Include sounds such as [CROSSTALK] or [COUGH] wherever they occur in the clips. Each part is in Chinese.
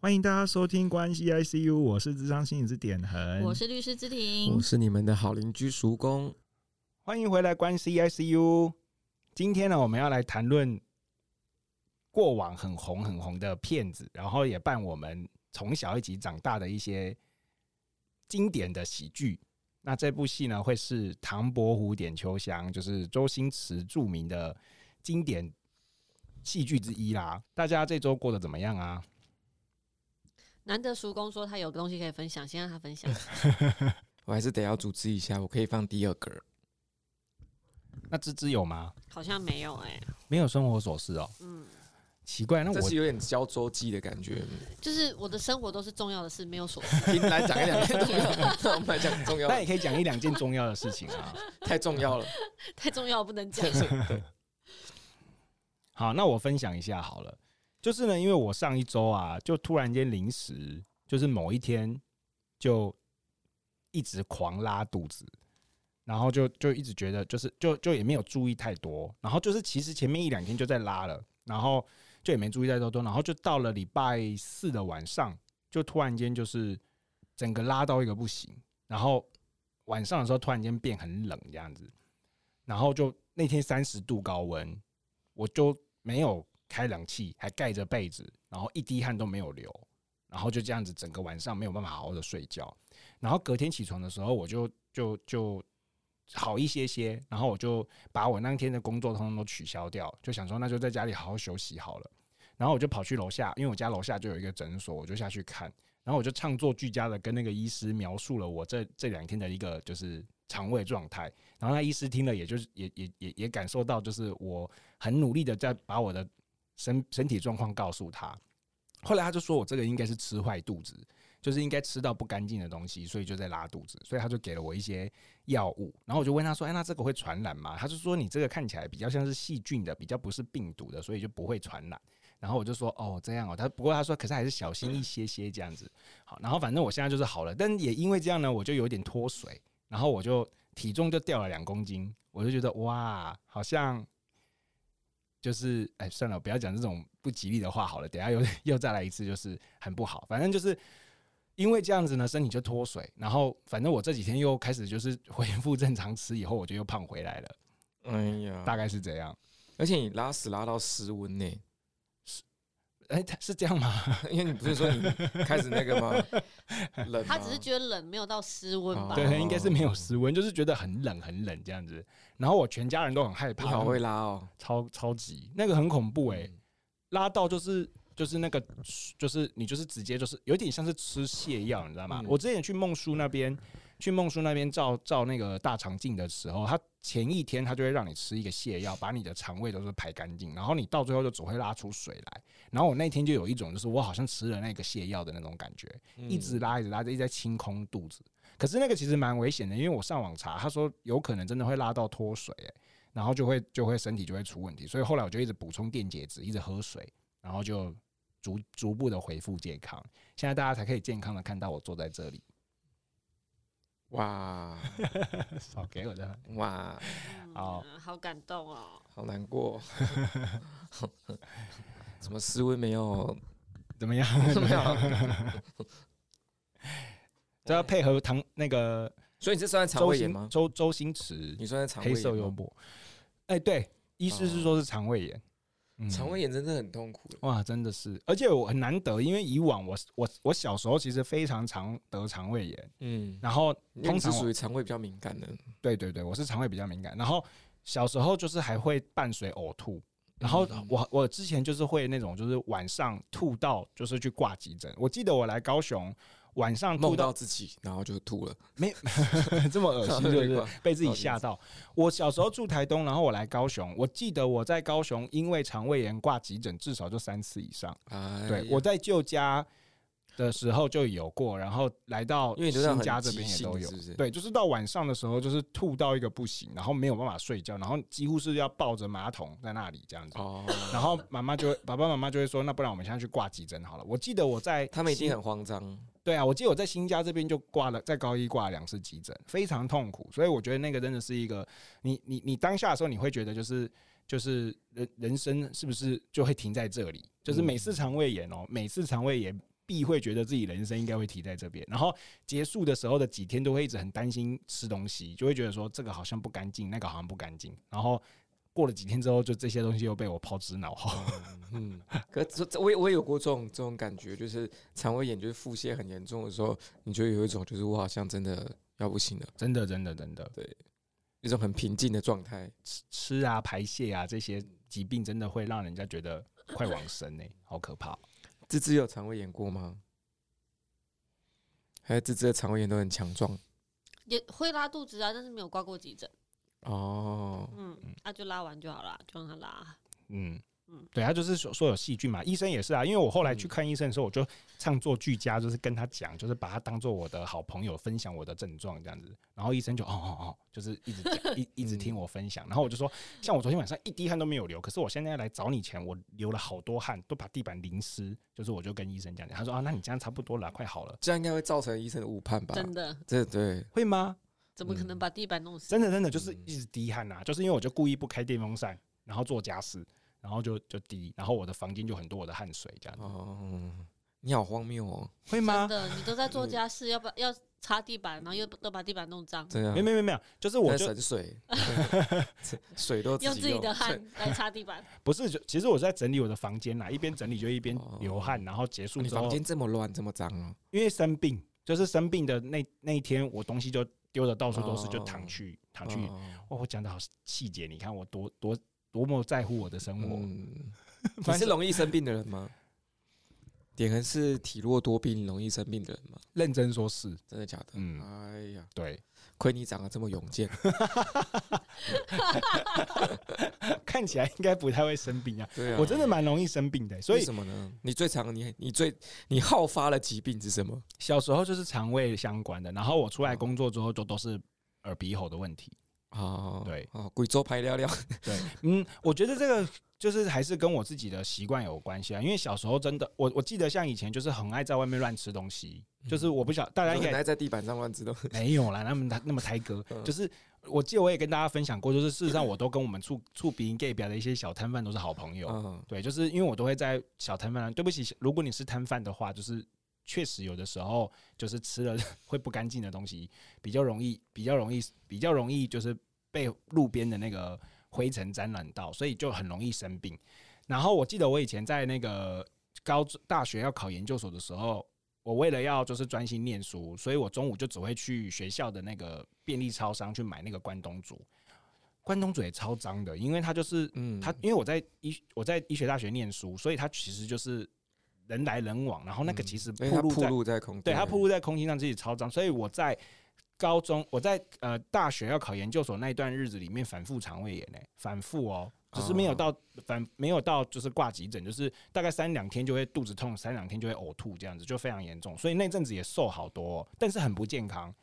欢迎大家收听关系 ICU，我是智商心理之点恒，我是律师之我庭，是你们的好邻居叔公。欢迎回来关系 ICU。今天呢，我们要来谈论过往很红很红的片子，然后也伴我们从小一起长大的一些经典的喜剧。那这部戏呢，会是《唐伯虎点秋香》，就是周星驰著名的经典戏剧之一啦。大家这周过得怎么样啊？难得叔公说他有个东西可以分享，先让他分享。我还是得要组织一下，我可以放第二个。那芝芝有吗？好像没有哎、没有生活琐事哦，嗯，奇怪。那这我是有点胶周记的 [LAUGHS] 感觉，就是我的生活都是重要的事，没有琐事。 [LAUGHS] 听来讲一两件重要，那我们来讲重要那 [LAUGHS] 的，也可以讲一两件重要的事情啊。太重要了。太重要不能讲真。是对，好，那我分享一下好了，就是呢，因为我上一周啊，就突然间临时，就是某一天就一直狂拉肚子，然后就就一直觉得就是就就也没有注意太多，然后就是其实前面一两天就在拉了，然后就也没注意太多多，然后就到了礼拜四的晚上，就突然间就是整个拉到一个不行，然后晚上的时候突然间变很冷这样子，然后就那天三十度高温，我就没有开冷气，还盖着被子，然后一滴汗都没有流，然后就这样子整个晚上没有办法好好的睡觉，然后隔天起床的时候我就就就好一些些，然后我就把我那天的工作通通都取消掉，就想说那就在家里好好休息好了，然后我就跑去楼下，因为我家楼下就有一个诊所，我就下去看。然后我就唱作俱佳的跟那个医师描述了我这这两天的一个就是肠胃状态，然后那医师听了，也就是也也也也感受到，就是我很努力的在把我的身身体状况告诉他。后来他就说我这个应该是吃坏肚子，就是应该吃到不干净的东西，所以就在拉肚子，所以他就给了我一些药物。然后我就问他说：“哎，那这个会传染吗？”他就说：“你这个看起来比较像是细菌的，比较不是病毒的，所以就不会传染。”然后我就说：“哦，这样哦。”他不过他说：“可是还是小心一些些这样子。”好，然后反正我现在就是好了，但也因为这样呢，我就有点脱水，然后我就体重就掉了两公斤，我就觉得哇，好像就是哎，算了，不要讲这种不吉利的话好了，等一下又 [LAUGHS] 又再来一次，就是很不好。反正就是因为这样子呢，身体就脱水，然后反正我这几天又开始就是 [LAUGHS] 恢复正常吃，以后我就又胖回来了，哎呀，大概是这样。而且你拉屎拉到室温呢，哎，是这样吗？因为你不是说你开始那 [LAUGHS] 个吗？冷吗，他只是觉得冷，没有到失温哦吧？对，应该是没有失嗯温，就是觉得很冷很冷这样子。然后我全家人都很害你怕，好会拉嗯哦。超超级那个很恐怖哎、拉到就是就是那个就是你就是直接就是有点像是吃泻药，你知道吗？嗯我之前去孟叔那边去孟叔那边照照那个大肠镜的时候，他前一天他就会让你吃一个泻药，把你的肠胃都是排干净，然后你到最后就只会拉出水来。然后我那天就有一种就是我好像吃了那个泻药的那种感觉，嗯一直拉一直拉，一直在清空肚子。可是那个其实蛮危险的，因为我上网查，他说有可能真的会拉到脱水、欸，然后就会就会身体就会出问题，所以后来我就一直补充电解质，一直喝水，然后就逐逐步的恢复健康。现在大家才可以健康的看到我坐在这里，哇少给我的。哇，嗯好好感动哦。好难过。 [LAUGHS] 怎么思维没有？ [LAUGHS] 怎么样？没有。 [LAUGHS] 这要配合唐那个所以你是算在肠周胃炎星吗？周周星驰你算在肠胃黑色炎幽吗？哦默。哎、对，医师是说是肠胃炎，嗯肠胃炎真的很痛苦。欸哇，真的是，而且我很难得，因为以往我我我小时候其实非常常得肠胃炎，嗯，然后通通常常我属于肠胃嗯比较敏感的。对对对，我是肠胃比较敏感，然后小时候就是还会伴随呕吐，然后嗯我我之前就是会那种就是晚上吐到就是去挂急诊，我记得我来高雄晚上吐梦到到自己，然后就吐了。没 [LAUGHS] 这么 [LAUGHS] 恶心，对就是挂被自己吓到。我小时候住台东，然后我来高雄，我记得我在高雄因为肠胃炎挂急诊至少就三次以上。哎，对，我，在旧家的时候就有过，然后来到因为你都是新很家这急边也性都的有是不是。对，就是到晚上的时候，就是吐到一个不行，然后没有办法睡觉，然后几乎是要抱着马桶在那里这样子。哦，然后妈妈就会，爸爸妈妈就会说，那不然我们现在去挂急诊好了。我记得我在他们一定新很慌张。对啊，我记得我在新家这边就挂了，在高一挂了两次急诊，非常痛苦。所以我觉得那个真的是一个，你你你当下的时候，你会觉得就是就是人人生是不是就会停在这里？就是每次肠胃炎哦，每次肠胃炎必会觉得自己人生应该会停在这边，然后结束的时候的几天都会一直很担心吃东西，就会觉得说这个好像不干净，那个好像不干净，然后过了几天之后，就这些东西又被我抛之脑后。 [LAUGHS] 嗯， [LAUGHS] 可这这我也我也有过这种这种感觉，就是肠胃炎，就是腹泻很严重的时候，你就有一种就是我好像真的要不行了，真的，真的，真的，一种很平静的状态。吃吃啊、排泄啊这些疾病，真的会让人家觉得快往生呢、好可怕哦、芝芝有肠胃炎过吗？还有芝芝的肠胃炎都很强壮也会拉肚子啊，但是没有挂过急诊。哦，嗯，那、就拉完就好啦，就让他拉。嗯嗯，对，他就是说说有细菌嘛，医生也是啊，因为我后来去嗯看医生的时候，我就唱作俱佳，就是跟他讲，就是把他当做我的好朋友，分享我的症状这样子，然后医生就哦哦哦，就是一直讲，一一直听我分享，然后我就说，像我昨天晚上一滴汗都没有流，可是我现在来找你前，我流了好多汗，都把地板淋湿，就是我就跟医生讲讲，他说啊，那你这样差不多了，快好了，这样应该会造成医生的误判吧？真的，这对，会吗？怎么可能把地板弄死？真的真的就是嗯一直滴汗啊，就是因为我就故意不开电风扇，然后做家事，然后就就滴，然后我的房间就很多我的汗水这样子，哦，你好荒谬哦，会真吗？的，嗯你都在做家事，要不要擦地板，然后又又把地板弄脏，这样没有没有没有没有，就是我在就省水， [LAUGHS] 水都用自己用的汗来擦地板。不是，就其实我在整理我的房间啦，一边整理就一边哦流汗，然后结束你之房后，间这么乱，这么脏哦，因为生病，就是生病的那那一天，我东西就丢的到处都是，哦就躺去躺去。哦哦，我讲的好细节，你看我多多多么在乎我的生活， [LAUGHS] 嗯，你反是正容易生病的人吗？点恒是体弱多病、容易生病的人吗？认真说是真的假的？嗯哎呀，对， [LAUGHS] 亏你长得这么勇健，看起来应该不太会生病啊。对 [LAUGHS] 啊，我真的蛮容易生病的，所为以什么呢？你最常你你最你好发的疾病是什么？小时候就是肠胃相关的，然后我出嗯来工作之后就都是耳鼻喉的问题。 [LAUGHS] 哦，对哦，贵州排 [LAUGHS] 尿尿，对，嗯，我觉得这个就是还是跟我自己的习惯有关系啊。因为小时候真的，我我记得像以前就是很爱在外面乱吃东西，就是我不晓大家你应嗯很该爱在地板上乱知道。没有啦，那么那么胎哥， [LAUGHS] 嗯就是我记得我也跟大家分享过，就是 [CLEARS THROAT] 事实上我都跟我们处处鼻 gay 表的一些小摊贩都是好朋友。嗯，对，就是因为我都会在小摊贩，对不起，如果你是摊贩的话，就是确实有的时候就是吃了 [LAUGHS] 会不干净的东西，比较容易，比较容易，比较容易就是被路边的那个灰尘沾染到，所以就很容易生病。然后我记得我以前在那个高中大学要考研究所的时候，我为了要就是专心念书，所以我中午就只会去学校的那个便利超商去买那个关东煮。关东煮也超脏的，因为它就是嗯他因为我在医我在医学大学念书，所以他其实就是人来人往，然后那个嗯其实因为铺路它暴在，露在空，对他铺，路在空气上，自己超脏，所以我在高中我在呃大学要考研究所那一段日子里面反复肠胃炎呢、反复哦，只是没有到、反没有到就是挂急诊，就是大概三两天就会肚子痛，三两天就会呕吐这样子，就非常严重，所以那阵子也瘦好多哦、但是很不健康。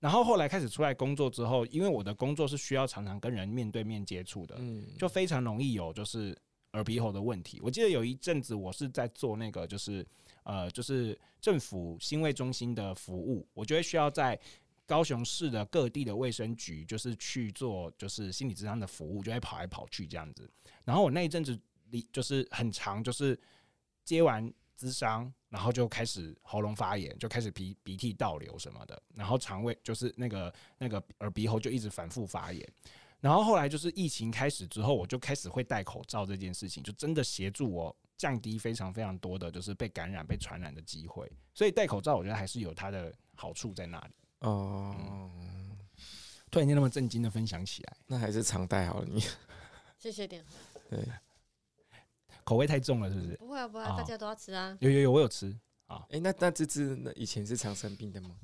然后后来开始出来工作之后，因为我的工作是需要常常跟人面对面接触的，嗯，就非常容易有就是耳鼻喉的问题。我记得有一阵子我是在做那个就是呃就是政府新卫中心的服务，我就会需要在高雄市的各地的卫生局就是去做就是心理治疗的服务，就会跑来跑去这样子。然后我那一阵子里就是很长，就是接完咨商，然后就开始喉咙发炎，就开始鼻鼻涕倒流什么的，然后肠胃就是那个那个耳鼻喉就一直反复发炎。然后后来就是疫情开始之后，我就开始会戴口罩这件事情，就真的协助我降低非常非常多的就是被感染、被传染的机会。所以戴口罩，我觉得还是有它的好处在那里。嗯哦，突然间那么震惊的分享起来，那还是常戴好了。你谢谢点， [LAUGHS] 口味太重了，是不是？不会啊，不会哦啊，大家都要吃啊，有有有，我有吃。哎，那那芝芝那以前是常生病的吗？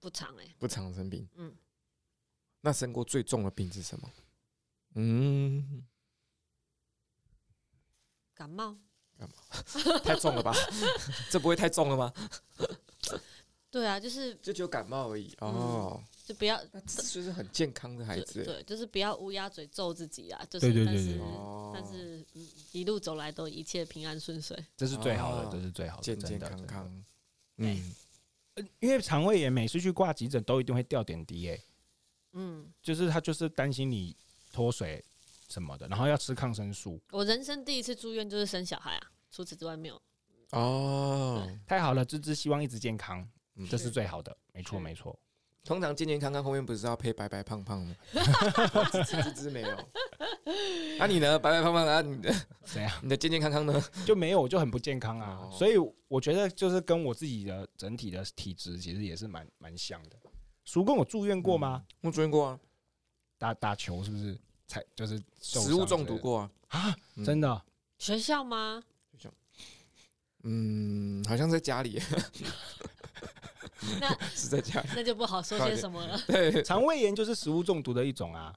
不长哎、不常生病，嗯，那生过最重的病是什么？嗯，感冒。太重了吧？ [LAUGHS] 这不会太重了吗？对啊，就是就只有感冒而已哦。就不要那这就是很健康的孩嗯就子，对，就是不要乌鸦嘴揍自己啦。就对是，对但对是对哦但是嗯，一路走来都一切平安顺遂。这是最好的，哦这是最好的，健健真的康。真的康。对嗯，因为肠胃炎每次去挂急诊都一定会掉点滴、欸，嗯，就是他就是担心你脱水什么的，然后要吃抗生素。我人生第一次住院就是生小孩啊，除此之外没有哦，太好了，芝芝希望一直健康，嗯这是最好的，没错是没错。通常健健康康后面不是要配白白胖胖吗？ [LAUGHS] 这这只没有。那、你呢？白白胖胖啊，你的怎样你的健健康康呢？就没有我就很不健康啊哦，所以我觉得就是跟我自己的整体的体质其实也是蛮蛮像的。叔公有住院过吗？我住院过啊，打打球是不是？才就是受食物伤之中类毒的过啊。啊？嗯真的？学校吗？嗯，好像在家里，那 [LAUGHS] 是在家里。那就不好说些什么了。 [LAUGHS] 对，肠胃炎就是食物中毒的一种啊？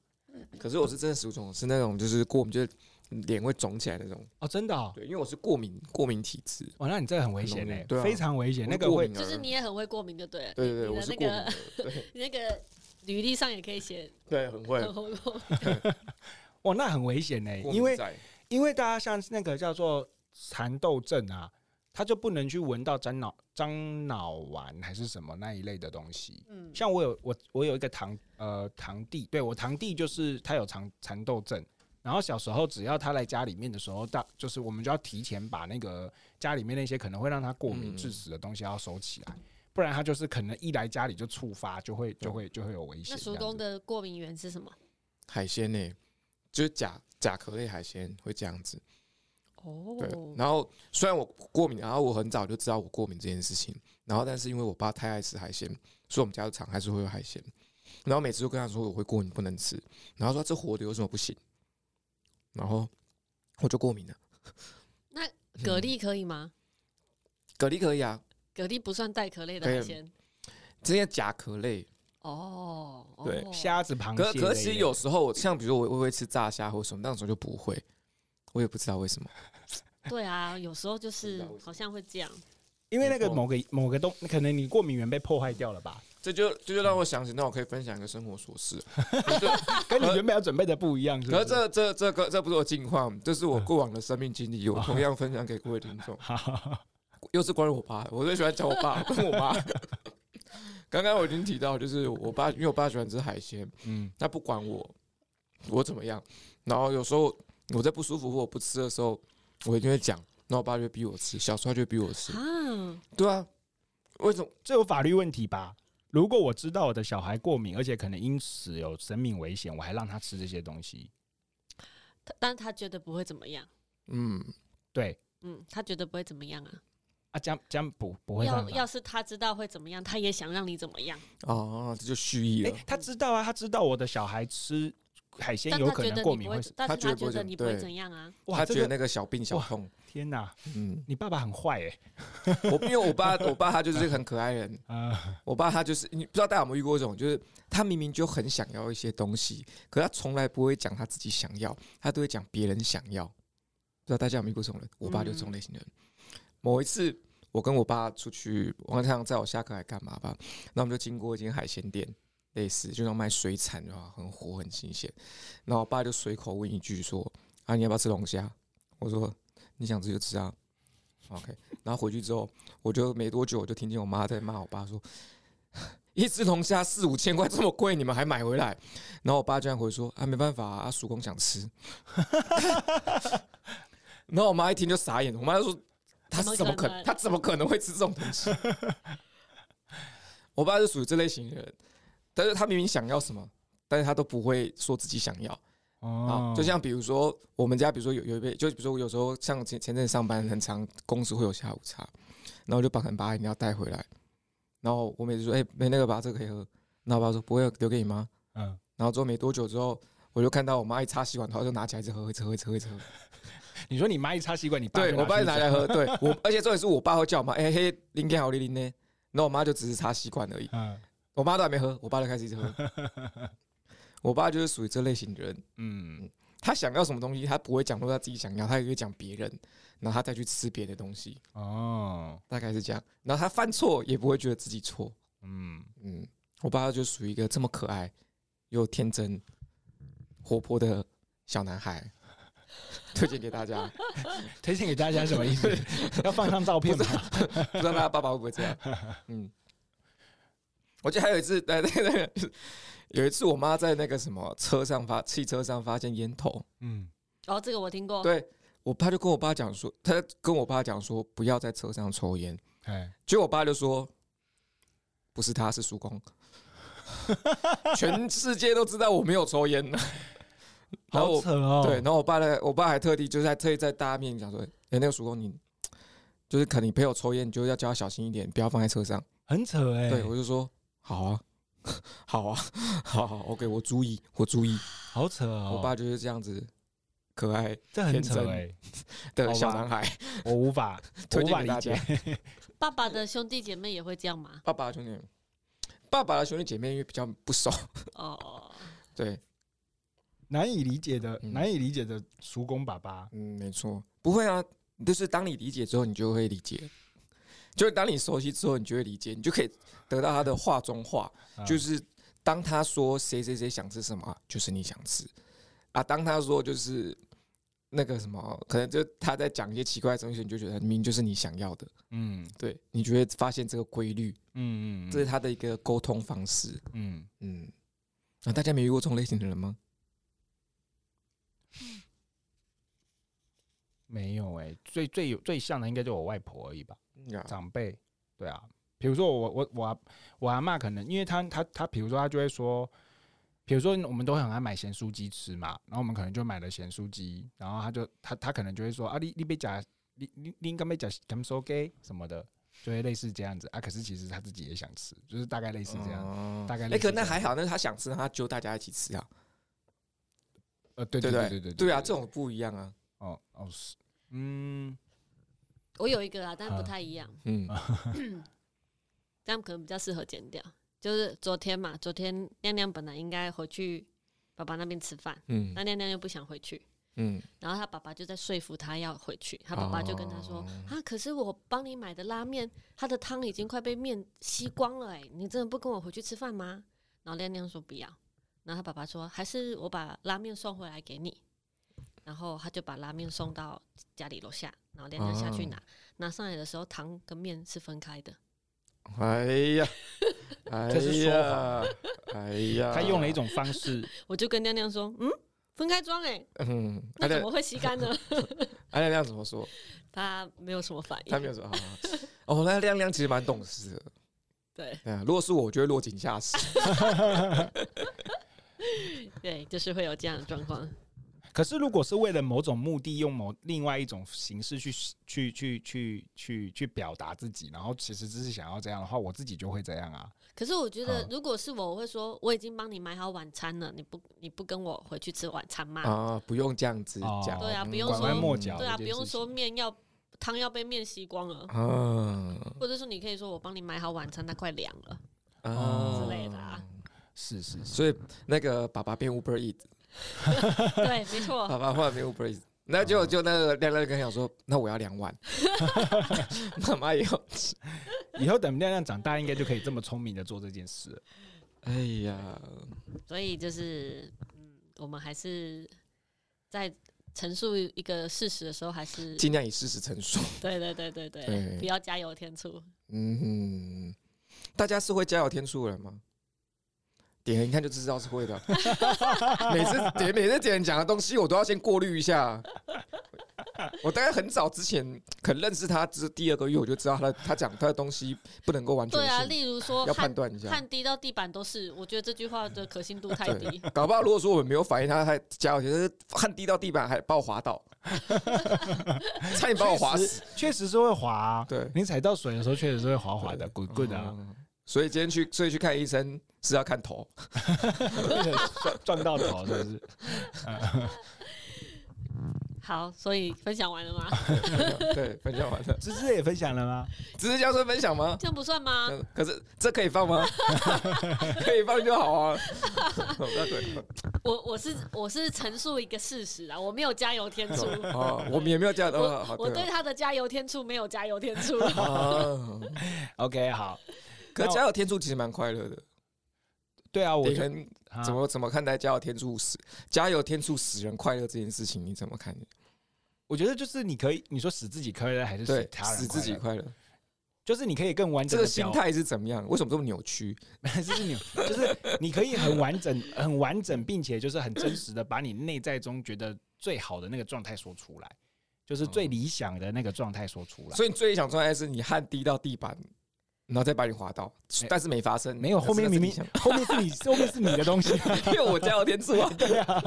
可是我是真的食物中毒，是那种就是过敏，就是脸会肿起来那种。哦，真的哦。对，因为我是过敏，过敏体质。哇，那你这个很危险很容易嘞对，啊非常危险，我那是个过会敏就儿是你也很会过敏，就对了。对对对，你我的是那过敏的个，你那个履历上也可以写对，很 [LAUGHS] 会很会过敏。哇，那很危险嘞，过敏因为仔因为大家像那个叫做蚕豆症啊，他就不能去闻到樟脑樟脑丸还是什么那一类的东西。嗯，像我有我我有一个堂呃堂弟，对我堂弟就是他有蚕蚕豆症，然后小时候只要他来家里面的时候，大就是我们就要提前把那个家里面那些可能会让他过嗯敏嗯致死的东西要收起来，不然他就是可能一来家里就触发，就会就会就会有危险那这叔样子。公的过敏源是什么？海鲜呢、就是甲甲壳类海鲜会这样子。对，哦，然后虽然我过敏，然后我很早就知道我过敏这件事情，然后但是因为我爸太爱吃海鲜，所以我们家的常还是会有海鲜。然后每次都跟他说我会过敏，不能吃。然后说这活的有什么不行？然后我就过敏了。那蛤蜊可以吗？蛤蜊可以啊，蛤蜊不算带壳类的可以海鲜。这些甲壳类。哦，对哦虾子、螃可蟹可类是其实的有时候我像比如我我会吃炸虾或什么，那时候就不会，我也不知道为什么。 [LAUGHS] 对啊，有时候就不知道是为什么好像会这样。因为那个没错某个某个东，可能你过敏源被破坏掉了吧，这就这就让我想起，那我可以分享一个生活琐 [LAUGHS] 事。对，跟你原本要准备的不一样是不可是是这这这个这不是我近况，这是哦我过往的生命经历，我同样分享给各位听 [LAUGHS] 众。又是关于我爸的，我最喜欢讲我爸，跟我爸。刚刚我已经提到，就是我爸，因为我爸喜欢吃海鲜，嗯，他不管我我怎么样，然后有时候我在不舒服或我不吃的时候，我一定会讲，然后我爸就会逼我吃，小时候他就会逼我吃，啊，对啊，为什么？这有法律问题吧？如果我知道我的小孩过敏，而且可能因此有生命危险，我还让他吃这些东西，他但他觉得不会怎么样。嗯，对嗯，他觉得不会怎么样啊。啊，这样这样不不会犯要法要是他知道会怎么样，他也想让你怎么样，哦，这就蓄意诶了。他知道啊，他知道我的小孩吃海鲜但有他可觉能得过你敏不会会死，，但他是觉得他不会觉得怎你不会对怎样啊。哇，他这觉得个那个小病小哇痛，天哪， [LAUGHS] 嗯，你爸爸很坏哎、我因为我爸，我爸他就是很可爱人，啊，我爸他就是，你不知道大家有没有遇过这种，就是他明明就很想要一些东西，可他从来不会讲他自己想要，他都会讲别人想要。不知道大家有没有遇过这种人？我爸就是这种类型的人。某一次，我跟我爸出去，我好像在我下课还干嘛吧，那我们就经过一间海鲜店，类似就像卖水产的话，很活很新鲜。然后我爸就随口问一句说：“啊，你要不要吃龙虾？”我说：“你想吃就吃啊。” OK，然后回去之后，我就没多久，我就听见我妈在骂我爸说：“ [LAUGHS] 一只龙虾四五千块这么贵，你们还买回来？”然后我爸居然回说：“啊，没办法啊，啊叔公想吃。” [LAUGHS] 然后我妈一听就傻眼，我妈就说：“他怎么怎么可可能？能他怎么可能会吃这种东西？” [LAUGHS] 我爸是属于这类型的人，但是他明明想要什么，但是他都不会说自己想要。啊哦，，就像比如说我们家，比如说有有一杯，就比如说我有时候像前前阵子上班，很常公司会有下午茶，然后我就把可能把饮料带回来，然后我每次说，哎、没那个吧，这个可以喝，然后我爸说不会留给你妈，嗯，然后之后没多久之后，我就看到我妈一擦洗碗，然后就拿起来一直喝，一直喝，一直喝，一直喝，你说你妈一插吸管，你爸对就我爸去就拿走来，喝，对我，而且重点是我爸会叫我妈，哎、嘿，林天好林林呢，然后我妈就只是擦洗管而已，嗯我妈都还没喝，我爸就开始一直喝。我爸就是属于这类型的人，嗯，他想要什么东西，他不会讲说他自己想要，他也会讲别人，然后他再去吃别的东西，哦，大概是这样。然后他犯错也不会觉得自己错。 [LAUGHS] 嗯，嗯，我爸就属于一个这么可爱又天真、活泼的小男孩， [LAUGHS] 推荐给大家。推荐给大家什么意思？要放上照片吗？不知道他爸爸会不会这样。嗯，我记得还有一次， [LAUGHS] 对对对，就是有一次我妈在那个什么车上发汽车上发现烟头，嗯，哦，这个我听过。对我他就跟我爸讲说，他跟我爸讲说不要在车上抽烟，哎，结果我爸就说不是他是叔公， [LAUGHS] 全世界都知道我没有抽烟呢。然后好我扯哦，对，然后我爸呢，我爸还特地就是在特意在大家面前讲说，哎、那个叔公你就是可能你朋友抽烟，你就要叫他小心一点，不要放在车上。很扯哎，对我就说好啊， [LAUGHS] 好啊，好好，OK，我注意，我注意。好扯哦，我爸就是这样子可爱这很天扯真哎，好的吧小男孩， [LAUGHS] 我无法我欸 [LAUGHS] 推无荐法给理大解家。。 [LAUGHS] 爸爸的兄弟姐妹也会这样吗？爸爸的兄弟，爸爸的兄弟姐妹因为比较不熟，哦，对，难以理解的，嗯难以理解的叔公爸爸，嗯，没错，不会啊，就是当你理解之后，你就会理解，就是当你熟悉之后，你就会理解，你就可以得到他的话中话，啊就是当他说谁谁谁想吃什么，就是你想吃啊，当他说就是。那个什么，可能就他在讲一些奇怪的东西，你就觉得明明就是你想要的，嗯对，你就会发现这个规律，嗯嗯，这是他的一个沟通方式。嗯，嗯，啊，大家没遇过这种类型的人吗？没有哎，最最有最像的应该就我外婆而已吧，啊长辈，对啊，比如说我我我阿我阿妈可能，因为她她她，比如说她就会说，比如说我们都很爱买咸酥鸡吃嘛，然后我们可能就买了咸酥鸡，然后她就她她可能就会说啊，你你别讲，你你你应该没讲什么时候给什么的，就会类似这样子啊。可是其实她自己也想吃，就是大概类似这样，哦大概类哎，似可这样那还好，那他想吃，他揪大家一起吃啊，呃，对对对不对对对对啊，这种不一样啊。哦哦是，嗯，我有一个啊，但不太一样，嗯这样可能比较适合剪掉。就是昨天嘛，昨天亮亮本来应该回去爸爸那边吃饭，嗯那亮亮又不想回去，嗯，然后他爸爸就在说服他要回去，他爸爸就跟他说：“哦啊，可是我帮你买的拉面，它的汤已经快被面吸光了、欸，哎，你真的不跟我回去吃饭吗？”然后亮亮说：“不要。”然后他爸爸说：“还是我把拉面送回来给你。”然后他就把拉面送到家里楼下，然后亮亮下去哦拿，拿上来的时候汤跟面是分开的。哎呀，[LAUGHS] 哎这是说呀，哎呀，她用了一，种方式，我就跟亮亮说：“嗯，分开装哎、欸，嗯，那阿怎亮么会吸干呢 [LAUGHS] 阿亮亮怎么说？？”他没有什么反应，他没有说啊。哦，那亮亮其实蛮懂事的。对对啊，如果是我，我就会落井下石。对，就是会有这样的状况。可是，如果是为了某种目的，用某另外一种形式去去去去去去表达自己，然后其实只是想要这样的话，我自己就会这样啊。可是我觉得嗯，如果是我，我会说我已经帮你买好晚餐了，你不你不跟我回去吃晚餐吗？啊，不用这样子哦讲，对啊不用拐说弯抹角，对啊，这不件用事说情，面要汤要被面吸光了，啊或者说你可以说我帮你买好晚餐，它快凉 [LAUGHS] 了。哦啊之类的啊是是是，所以那个爸爸变 Uber Eat，对，没错，爸爸后来没有 b r a z e 那就哦就那个亮亮就跟他讲说，那我要两碗，妈妈也要吃。以后等亮亮长大，应该就可以这么聪明的做这件事了。哎呀，所以就是嗯，我们还是在陈述一个事实的时候，还是 [LAUGHS] 尽量以事实陈述。对对对对对，对不要加油添醋。嗯，大家是会加油添醋的人吗？点人一看就知道是会的。每次点每次点人讲的东西，我都要先过滤一下。我大概很早之前，可能认识他之第二个月，我就知道他的他讲他的东西不能够完全对啊，信例如说要判汗断一下。汗滴到地板都是，我觉得这句话的可信度太 [LAUGHS] 对低。搞不好如果说我们没有反应他，还加油，就是汗滴到地板，还把我滑倒，差点把我确滑死。实确实是会滑、啊，对你踩到水的时候确实是会滑滑的，对滚滚的、啊，嗯所以今天去，所以去看医生是要看头。嗯撞 [LAUGHS] 撞到头是不是？好，所以分享完了 [LAUGHS] 吗？对，分享完了，芝芝也分享了吗？只是江生分享吗？这样不算吗？啊嗯可是这可以放 [LAUGHS] 吗？可以放就好啊。不要对哦我我是我是陈述一个事实啊，我没有加油添醋。哦，我们也没有加油。哦啊好我 [LAUGHS] 对对他的加油添醋没有加油添醋，哦啊， OK，好，可是加油天助其实蛮快乐的。对啊，我你就很啊怎么怎么看待加油天助使加油天助使人快乐这件事情？你怎么看？我觉得就是你可以，你说使自己快乐还是使对，他人使自己快乐，快乐，就是你可以更完整这个的心态是怎么样？为什么这么扭曲？ [LAUGHS] 就是你，就是你可以很完整、很完整，并且就是很真实的把你内在中觉得最好的那个状态说出来。就是最理想的那个状态说出来。所以你最想状态是你汗滴到地板，然后再把你滑倒，没但是没发生。没有，后面可明是那是明你想 [LAUGHS] 后面是你后面是你的东西， [LAUGHS] [LAUGHS] 因为我家有天柱啊。对啊。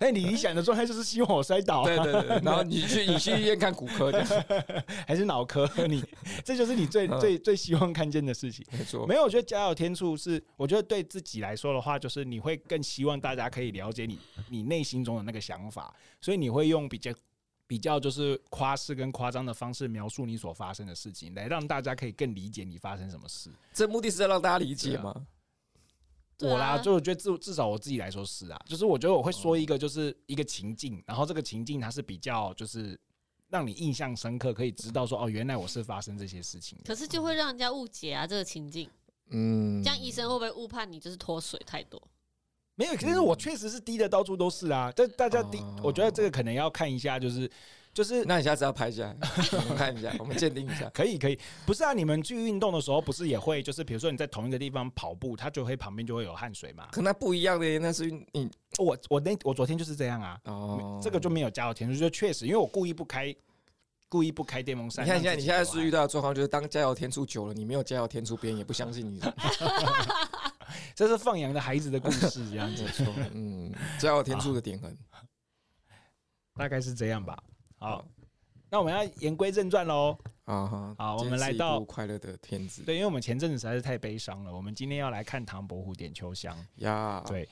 那哎你理想的状态就是希望我摔倒啊、对对对，对然后你去你去医院看骨科的， [LAUGHS] 还是脑壳？你这就是你最嗯最最希望看见的事情。没错，没有，我觉得家有天助是，我觉得对自己来说的话，就是你会更希望大家可以了解你你内心中的那个想法，所以你会用比较比较就是夸饰跟夸张的方式描述你所发生的事情，来让大家可以更理解你发生什么事。这目的是要让大家理解嘛。对啊我啦，就我觉得至至少我自己来说是啊，就是我觉得我会说一个就是一个情境，然后这个情境它是比较就是让你印象深刻，可以知道说哦，原来我是发生这些事情的。 [LAUGHS] 可是就会让人家误解啊，这个情境，嗯这样医生会不会误判你就是脱水太多？没有，可是我确实是滴的到处都是啊。但大家滴，嗯哦我觉得这个可能要看一下，就是就是那你下次要拍下来，我们看一下，我们鉴定一下。可以可以，不是啊？你们去运动的时候，不是也会就是比如说你在同一个地方跑步，它就会旁边就会有汗水嘛。可那不一样的耶，那是你我我那我昨天就是这样啊，哦，这个就没有加到天数，就确实因为我故意不开，故意不开电风扇。你看现在让自你己现在流汗是遇到的状况，就是当加油添醋久了，你没有加油添醋，别人也不相 [LAUGHS] 信你。这是放羊的孩子的故事，这样子 [LAUGHS] 没错，嗯，加油添醋的点很大概是这样吧。好，那我们要言归正传喽。啊哈。好今我们天来是一到部快乐的天子对，因为我们前阵子实在是太悲伤了，我们今天要来看唐伯虎点秋香。呀，对，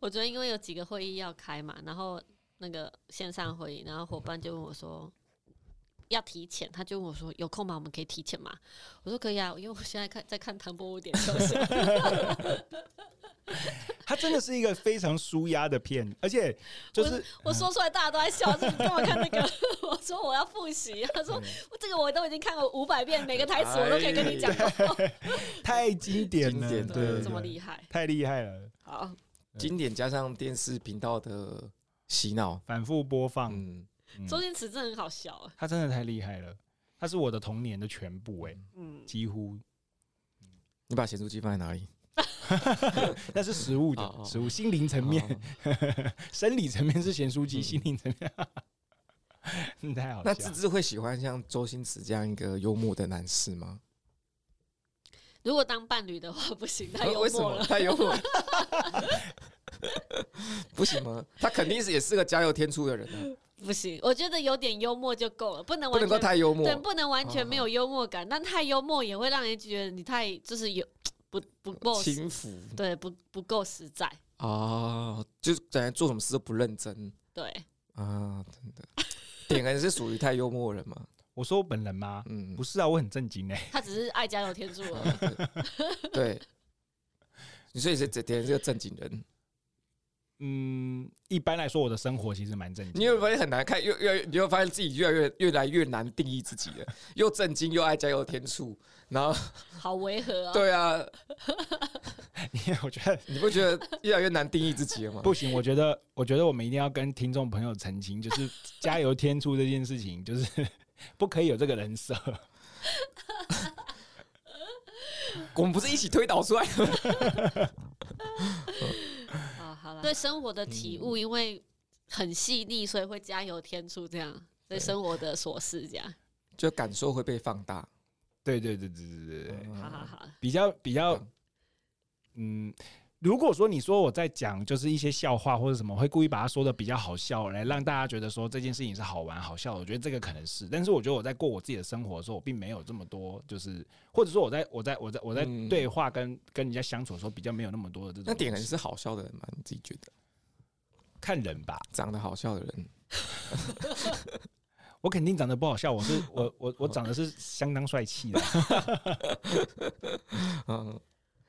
我昨天因为有几个会议要开嘛，然后那个线上会议，然后伙伴就问我说要提前，他就问我说有空吗？我们可以提前吗？我说可以啊，因为我现在看在看唐伯虎点秋香，它真的是一个非常舒压的片，而且就是我说出来大家都在笑，说你干嘛看那个？ [LAUGHS] 我说我要复习，他说我这个我都已经看过五百遍，每个台词我都可以哎跟你讲过，太经典了，经对典的对，对这么厉害。太厉害了，好，经典加上电视频道的洗脑，反复播放，嗯，嗯周星驰真的很好笑啊，它真的太厉害了，它是我的童年的全部，哎，嗯，几乎你把咸酥鸡放在哪里？那是食物哦的哦食物，心灵层面、哦生理层面是咸酥鸡，嗯心灵层面， [LAUGHS] 嗯太好那笑芝。芝会喜欢像周星驰这样一个幽默的男士吗？如果当伴侣的话不行， [LAUGHS] 太幽呃为什默么了。太幽默？ [LAUGHS] 不行吗？他肯定是也是个加油添醋的人啊， [LAUGHS] 不行，我觉得有点幽默就够了，不能不完能全够太幽默嗯对，。不能完全没有幽默感，但太幽默也会让人觉得你太就是有不不够实呃轻浮对不不够实在，啊，就是感觉做什么事都不认真对，啊，真的。点恩是属于太幽默的人嘛？我说我本人吗？嗯不，是啊，我很震惊哎，他只是爱加油添醋而已。啊对对。你所以是点点是个正经人，嗯，一般来说我的生活其实蛮震惊的，你有没有 [LAUGHS] 发现很难看？越越越你会发现自己越来越越来越难定义自己了，又正经又爱加油添醋，然后好违和啊！ [LAUGHS] 对啊，你我觉得你不觉得越来越难定义自己了吗？不行，我觉得，我觉得我们一定要跟听众朋友澄清，就是 [LAUGHS] 加油添醋这件事情，就是 [LAUGHS] 不可以有这个人设。我们不是一起推导出来的吗？啊，好了，对生活的体悟，因为很细腻，所以会加油添醋这样。对生活的琐事，这样，就感受会被放大。对对对对对对对，好好好，比较比较嗯，嗯，如果说你说我在讲就是一些笑话或者什么，会故意把它说的比较好笑，来让大家觉得说这件事情是好玩好笑的，我觉得这个可能是。但是我觉得我在过我自己的生活的时候，我并没有这么多，就是或者说我在我在我在我在嗯对话跟跟人家相处的时候，比较没有那么多的这种。那点人是好笑的人吗？你自己觉得看人吧，长得好笑的人，我肯定长得不好笑，我 [LAUGHS] 是我我我长得是相当帅气的。嗯，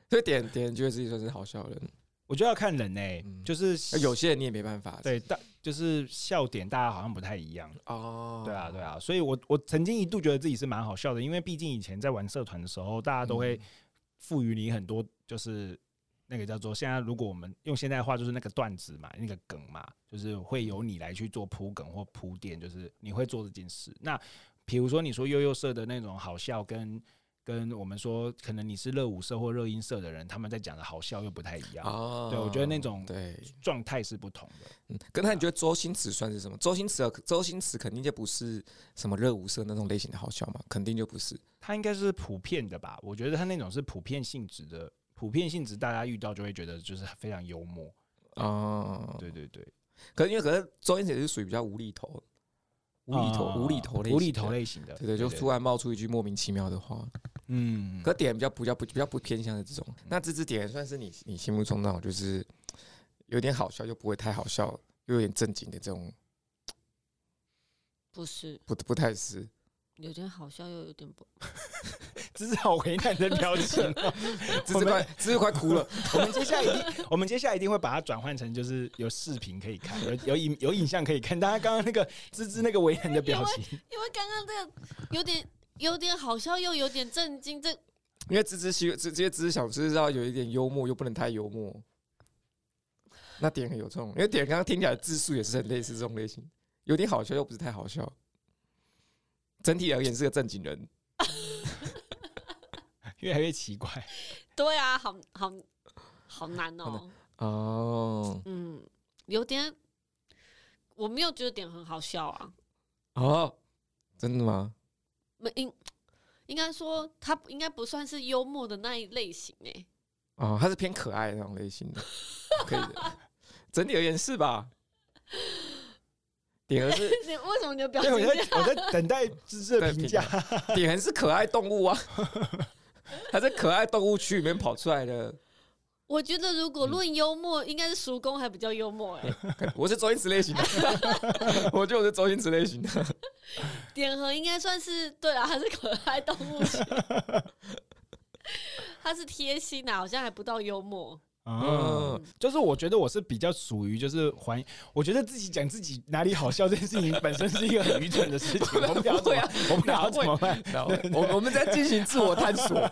所以点点人觉得自己算是好笑的人。我觉得要看人呢、欸嗯就是那有些人你也没办法。对大就是笑点，大家好像不太一样。哦，对啊，对啊，所以我我曾经一度觉得自己是蛮好笑的，因为毕竟以前在玩社团的时候，大家都会赋予你很多，就是那个叫做现在，如果我们用现代话，就是那个段子嘛，那个梗嘛，就是会由你来去做铺梗或铺垫，就是你会做这件事。那比如说你说悠悠社的那种好笑跟跟我们说可能你是热舞社或热音社的人，他们在讲的好笑又不太一样，啊哦对我觉得那种对，状态是不同的。嗯，跟他你觉得周星驰算是什么？周星驰啊，周星驰肯定就不是什么热舞社那种类型的好笑嘛，肯定就不是。它应该是普遍的吧？我觉得它那种是普遍性质的，普遍性质大家遇到就会觉得就是非常幽默。哦，对对对，可是因为可是周星驰也是属于比较无厘头、无厘头、啊无厘头类、无厘头，类型的，对对，就突然然冒出一句莫名其妙的话，嗯，可点比较不比较不比较不偏向的这种。那这支点算是你你心目中那种就是有点好笑又不会太好笑，又有点正经的这种，不是不不太是。有点好笑又有点 [LAUGHS] 不，这是好为难的表情哦、这是快，这是快哭了。我们接下来一定，我们接下来一定会把它转换成就是有视频可以看，有有影有影像可以看。大家刚刚那个芝芝那个为难的表情，因为刚刚这个有点有点好笑又有点震惊，这因为芝芝希，芝芝芝芝想知道有一点幽默，又不能太幽默。那点很有这种，因为点刚刚听起来字数也是很类似这种类型，有点好笑又不是太好笑。整体而言是个正经人，越来越奇怪。对啊，好好好难哦、好哦嗯，有点，我没有觉得点很好笑啊，哦，真的吗？没应应该说他应该不算是幽默的那一类型哎、哦，他是偏可爱的那种类型的，可以的。整体而言是吧？点儿是 [LAUGHS] 你为什么你的表对，情我这样？在我在等待芝芝的评价。点儿是可爱动物啊， [LAUGHS] 他在可爱动物区里面跑出来的。我觉得如果论幽默，应该是叔公还比较幽默哎、我是周星驰 [LAUGHS] 类型的，我觉得我是周星驰类型的。点和应该算是对啊啦，他是可爱动物型，他是贴心啊，好像还不到幽默。嗯，就是我觉得我是比较属于就是还，我觉得自己讲自己哪里好笑这件事情本身是一个很愚蠢的事 [LAUGHS] 情，我们俩怎不么会啊，我们俩怎么办？然后我我们在进行自我探索，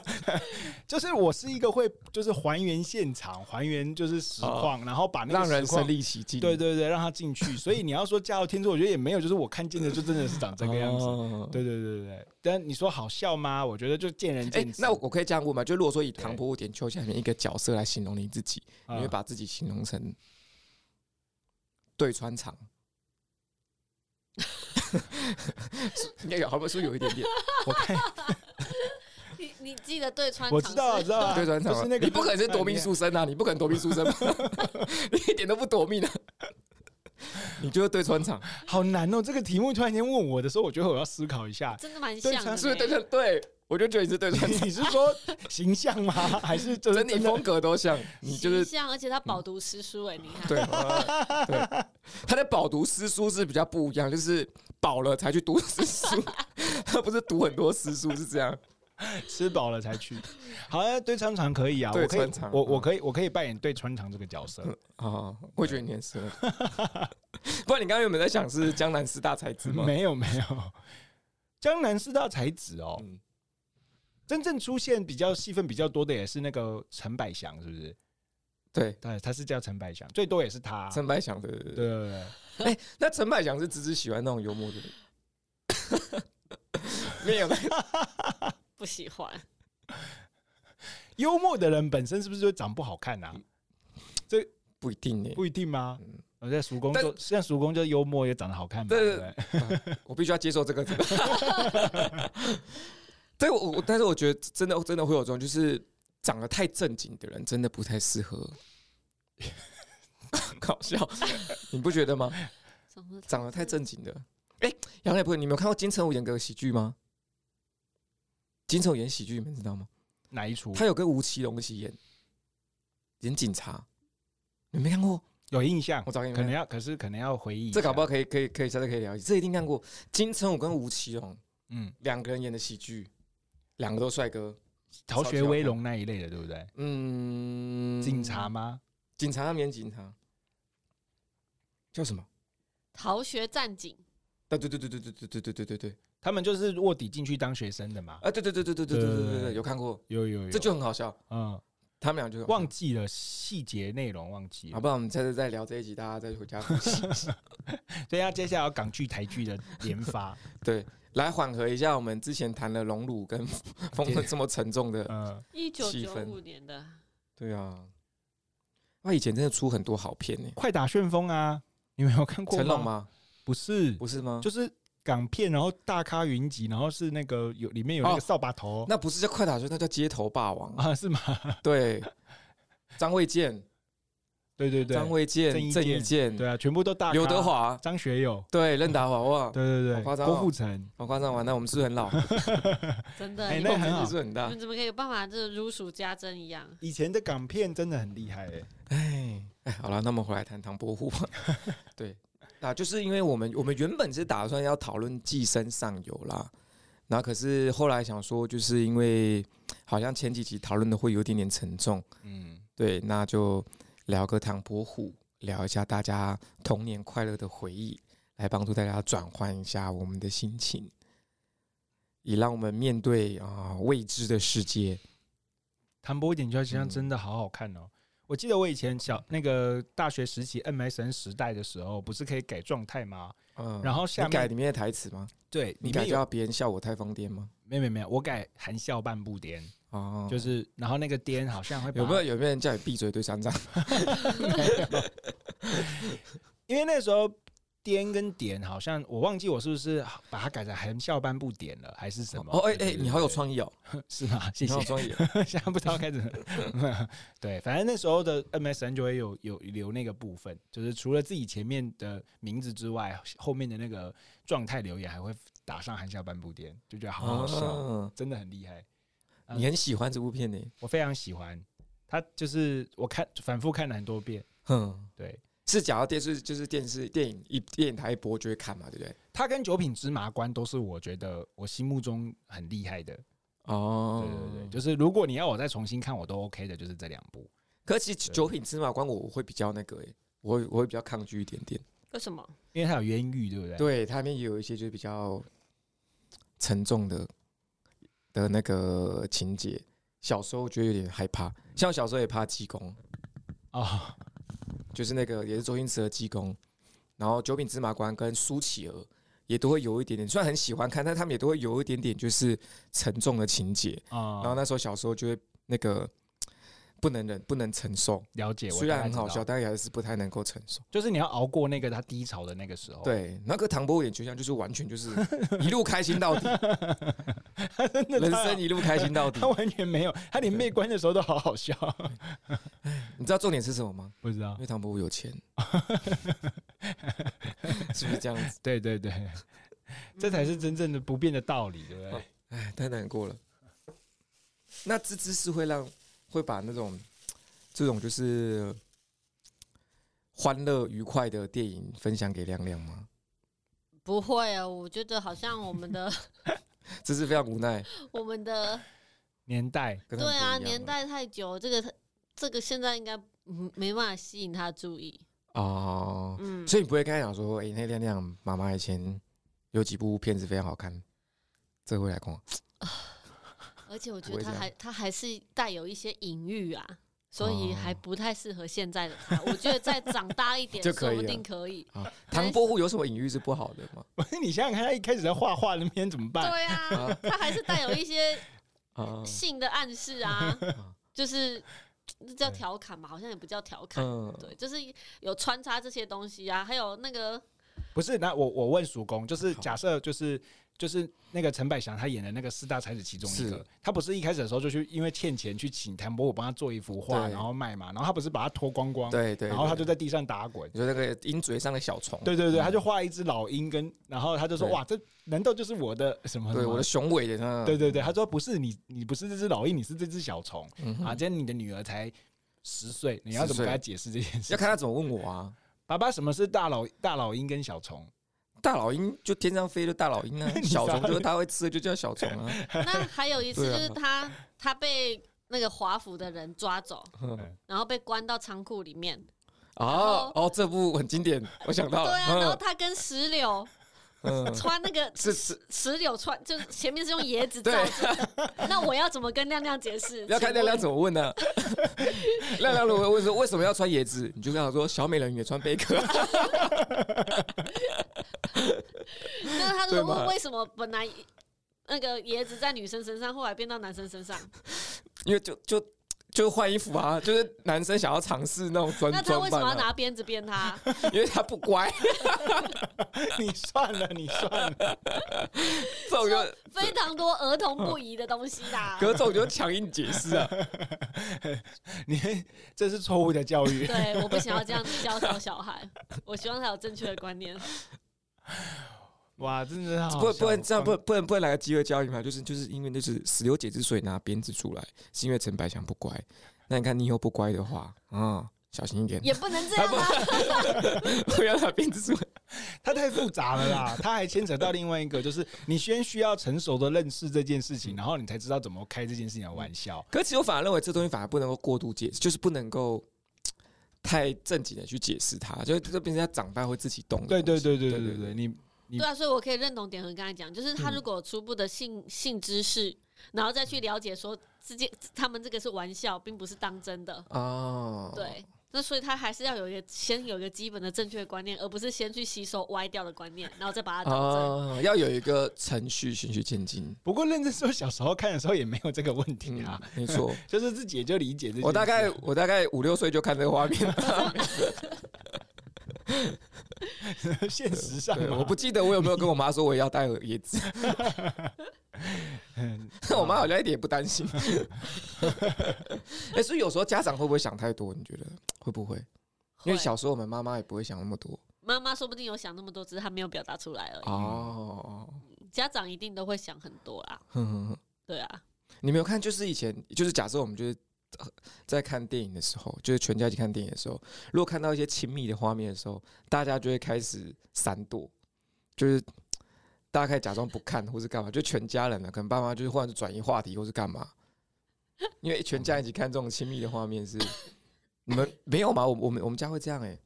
就是我是一个会就是还原现场，还原就是实况，然后把 [LAUGHS] 那哦让个人实况身。临其境。对对对，让他进去。所以你要说加油添醋，我觉得也没有，就是我看见的就真的是长这个样子。哦。对对对对对，但你说好笑吗？我觉得就见仁哎、见智。那我可以这样问吗？就如果说以对唐伯虎点秋香里面一个角色来形容你自己，啊你会把自己形容成对穿肠？ [LAUGHS] 应该有，好不是不是有 [LAUGHS] 一点点我看你你记得对穿我尝知道试知道啊对穿肠就吗？是那个你不可能是夺命书生啊！你不可能夺命书生吧， [LAUGHS] 你一点都不夺命啊！ [LAUGHS] 你就是对穿肠，好难哦，这个题目突然间问我的时候，我觉得我要思考一下。真的蛮对像的尝呢，试是不是对穿？对，我就觉得你是对穿 [LAUGHS] 肠。你是说形象 [LAUGHS] 吗？还是就是整体真的风格 [LAUGHS] 都像，你就是像，而且他饱读诗书哎、你看，对对。他的饱读诗书是比较不一样，就是饱了才去读诗书，他不是读很多诗书是这样。吃饱了才去？ [LAUGHS] 好，那对穿肠可以啊，对我可以穿，肠我嗯我可以，我可以扮演对穿肠这个角色。哦，我觉得你很适合。 [LAUGHS] 不然你刚刚有没有在想是江南四大才子吗？没有没有， [LAUGHS] 江南四大才子哦，嗯真正出现比较戏份比较多的也是那个陈百祥，是不是？对，对，他是叫陈百祥，最多也是他。陈百祥的。对对啊对对对对，那陈百祥是只是喜欢那种幽默的人。 [LAUGHS] 没有， [LAUGHS] 不喜欢。幽默的人本身是不是就长不好看啊？不一定呢。不一定吗嗯？我在叔公但就像叔公就幽默也长得好看嘛，对对不对？我必须要接受这个。 [LAUGHS] 对，我我但是我觉得真的真的会有这种，就是长得太正经的人，真的不太适合。 [LAUGHS] 搞笑，你不觉得吗？长得长得太正经的。哎、杨乃不，你没有看过金城武演个喜剧吗？金城武演喜剧，你们知道吗？哪一出？他有跟吴奇隆一起演，演警察，你没看过？有印象我，找给你可们能看。要，可是可能要回忆一下。这搞不好可以，可以，可以，下次可以聊一下。这一定看过金城武跟吴奇隆，嗯，两个人演的喜剧，两个都帅哥。逃超级学好看威龙那一类的，对不对？嗯，警察，吗？警察，他们演警察叫什么？逃学战警，啊，对对对对对对对对对对对他们就是卧底进去当学生的嘛。啊，对对对对对对对对对对，有看过，有有有，这就很好笑。嗯，他们俩就忘记了细节内容，忘记好，了。不然我们下次再聊这一 [LAUGHS] 集，大家再回家复习。 [LAUGHS] 所以要接下来要港剧、台剧的研发，对，来缓和一下我们之前谈了荣辱跟风筝这么沉重的。嗯，一九气九五氛年的，对啊，他以前真的出很多好片呢、快打旋风啊，你没有看过成龙？吗？不是，不是吗？就是港片，然后大咖云集，然后是那个有里面有那个哦扫把头那不是叫快打旋风，那叫街头霸王。 [LAUGHS] 啊，是吗？对，张卫健、对对对，张卫郑健、伊郑伊健健、对啊，全部都大咖刘德、华、张学友，对任达华，哇，对对好对，夸张哦郭富城，好夸张！完了，我们是不是很老，真的，哎你 [LAUGHS] 那们 [LAUGHS] 很好是很你大们。怎么可以有办法就是如数家珍一样？以前的港片真的很厉害哎，哎哎，好了，那我们回来谈唐 [LAUGHS] 伯虎吧。对，啊，就是因为我们我们原本是打算要讨论《寄生上游》啦，然后可是后来想说，就是因为好像前几集讨论的会有一点点沉重，嗯，对，那就聊个唐伯虎，聊一下大家童年快乐的回忆，来帮助大家转换一下我们的心情，以让我们面对啊、未知的世界。唐伯虎点秋香嗯真的好好看哦。我记得我以前小那个大学时期 MSN 时代的时候，不是可以改状态吗？嗯，然后下你改面里面的台词吗？对你里改面有叫别人笑我太疯癫吗？没有没有没有，我改含笑半步癫，哦，就是然后那个癫好像会把有没有有没有人叫你闭嘴对三张？因为那时候颠跟点好像我忘记我是不是把它改成含笑半步点了，还是什么？哦，哎哎，对你好有，创意哦，对对是吗？谢你谢好有。创意哦。现在不知道该怎么。对，反正那时候的 MSN 就会有有留那个部分，就是除了自己前面的名字之外，后面的那个状态留言还会打上含笑半步癫，就觉得好好笑，哦真的很厉害，你很喜欢这部片呢？我非常喜欢。他就是我看反复看了很多遍，哼，对。是讲到电视就是电视电影一电影台一播就会看嘛，对不对？他跟九品芝麻官都是我觉得我心目中很厉害的，哦对对对，就是如果你要我再重新看，我都 OK 的，就是这两部。可是其实对九品芝麻官我我会比较那个诶、我会我会比较抗拒一点点。为什么？因为它有冤狱，对不对？对，它里面也有一些就是比较沉重的的那个情节。小时候觉得有点害怕，嗯像我小时候也怕济公，哦，就是那个也是周星驰的济公，然后九品芝麻官跟苏乞儿也都会有一点点，虽然很喜欢看，但他们也都会有一点点就是沉重的情节。啊、然后那时候小时候就会那个不能忍，不能承受，了解，我虽大然概很知道好笑，，但也还是不太能够承受。就是你要熬过那个他低潮的那个时候。，对，那个唐伯虎点秋香就是完全就是 [LAUGHS] 一路开心到底，真的人他生一路开心到底他。完全没有，他连被关的时候都好好 [LAUGHS] 笑。你知道重点是什么吗？不知道因，为唐伯虎 [LAUGHS] 有钱，是不是这样子？对对对，嗯这才是真正的不变的道理，对不对？哎，太难过了。那这姿势会让会把那种这种就是欢乐愉快的电影分享给亮亮吗？不会啊，我觉得好像我们的 [LAUGHS] 这是非常无奈，我们的年代，跟他对们不一啊，样年代太久，这个这个现在应该嗯没办法吸引他注意。哦，嗯，所以你不会跟他讲说，哎、那亮亮妈妈以前有几部片子非常好看，这个会来逛。而且我觉不得会他这样还他还是带有一些隐喻啊，所以哦还不太适合现在的他。我觉得再长大一点， [LAUGHS] 就可说以了不定可以。啊，唐伯虎有什么隐喻是不好的吗？不是你想想看，他一开始在画画那边怎么办？ [LAUGHS] 对啊 [LAUGHS] 啊，他还是带有一些啊，性的暗示啊啊，就是这叫调侃嘛，好像也不叫调侃。嗯，对，就是有穿插这些东西啊，还有那个不是，那我我问叔公，就是假设就是。就是那个陈百祥他演的那个四大才子其中一个是，他不是一开始的时候就去因为欠钱去请谭伯虎帮他做一幅画，对然后卖嘛，然后他不是把他脱光光，对对，然后他就对在地上打滚，你说那个鹰嘴上的小虫，对对对，嗯他就画一只老鹰跟，然后他就说：“对哇，这难道就是我的什么什对么我的雄伟的嗯那，对对对，他说：“不是你，你不是这只老鹰，你是这只小虫嗯哼啊！今天你的女儿才十岁，你要怎么10岁跟她解释这件事要？看他怎么问我啊。爸爸，什么是大老大老鹰跟小 [LAUGHS] 虫？大老鹰就天上飞的大老鹰啊， [LAUGHS] 你小虫傻就是它会吃的就叫小 [LAUGHS] 虫啊。那还有一次对就啊是他、他被那个华府的人抓走，嗯然后被关到仓库里面。哦哦，这部很经典，我想到对了，啊，然后嗯他跟石榴嗯，穿那个 [LAUGHS] 是是，石榴穿，就是前面是用椰子罩着 [LAUGHS] 的。那我要怎么跟亮亮解释？要看亮亮怎么 [LAUGHS] 问呢？亮亮如果问说为什么要穿椰子，你就跟他说小美人鱼穿贝壳，请问。那他对如嘛果问为什么本来那个椰子在女生身上，后来变到男生身上，因为就就就换衣服啊， [LAUGHS] 就是男生想要尝试那种装那他装为什扮么要啊，拿鞭子鞭 [LAUGHS] 他？因为他不乖， [LAUGHS] 你算了，你算了，这 [LAUGHS] 种就非常多儿童不宜的东西啦。可是这种就强硬解释啊，你这是错误的教 [LAUGHS] 育。对，我不想要这样子教导小孩，我希望他有正确的观念。哇，真的好不不能这样，不想能不能不能来个饥饿教育嘛？就是就是因为就是石榴姐之所以拿鞭子出来，是因为陈百祥不乖。那你看你以后不乖的话，啊、小心一点，也不能这样啊！ [LAUGHS] 不要拿鞭子出来。它太复杂了啦，它还牵扯到另外一个，就是你先需要成熟的认识这件事情，然后你才知道怎么开这件事情的玩笑。可是其实我反而认为这东西反而不能够过度解释，就是不能够太正经的去解释它，就就变成他长大会自己动的东对西。对对对嗯对对对对对，你对啊，所以我可以认同点和刚才讲，就是他嗯如果有初步的性性知识，然后再去了解说之间他们这个是玩笑，并不是当真的。哦，对，那所以他还是要有一个先有一个基本的正确观念，而不是先去吸收歪掉的观念，然后再把它当真。 [LAUGHS] 哦，要有一个程序循序渐进。不过认真说，小时候看的时候也没有这个问题嗯啊，，没 [LAUGHS] 错。就是自己也就理解这件事。我大概我大概五六岁就看这个画面， [LAUGHS] [LAUGHS] 现实上对嘛，我不记得我有没有跟我妈说我也要戴椰 [LAUGHS] 子，我妈好像一点也不担心。 [LAUGHS] 哎、所以有时候家长会不会想太多？你觉得会不会？因会为小时候我们妈妈也不会想那么多妈妈说不定有想那么多，只是她没有表达出来而已。哦。家长一定都会想很多啦，哼哼哼对啊，你没有看，就是以前，就是假设我们就是呃在看电影的时候，就是全家一起看电影的时候，如果看到一些亲密的画面的时候，大家就会开始闪躲，就是大家开始假装不看或是干嘛，就全家人呢，可能爸妈就是忽然就转移话题或是干嘛，因为全家一起看这种亲密的画面是。你们没有吗？我我们我们家会这样哎、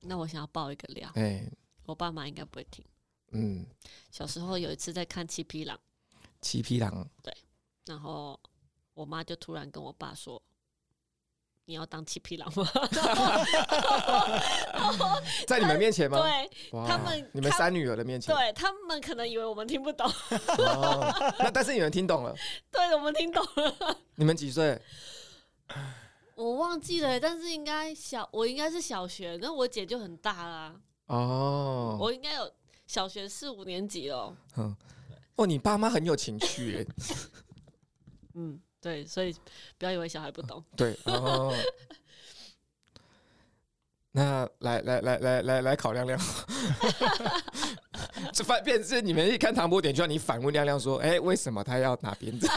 那我想要爆一个料，哎、我爸妈应该不会听。嗯，小时候有一次在看《七匹狼》，七匹狼然后我妈就突然跟我爸说：“你要当七匹狼吗在你们面？”前吗？对哇他们你们他三女儿的面前，对，他们可能以为我们听不懂， [LAUGHS] 哦那但是你们听懂了，对我们听懂了，你们几岁？我忘记了，但是应该小，我应该是小学，那我姐就很大啦，哦，我应该有小学四五年级了。嗯，哦，你爸妈很有情趣 [LAUGHS] 耶，嗯，对，所以不要以为小孩不懂。对哦。那来来来来来来考亮 [LAUGHS] 亮，这反便是你们一看唐波点，就让你反问亮亮说：“哎、为什么他要拿鞭子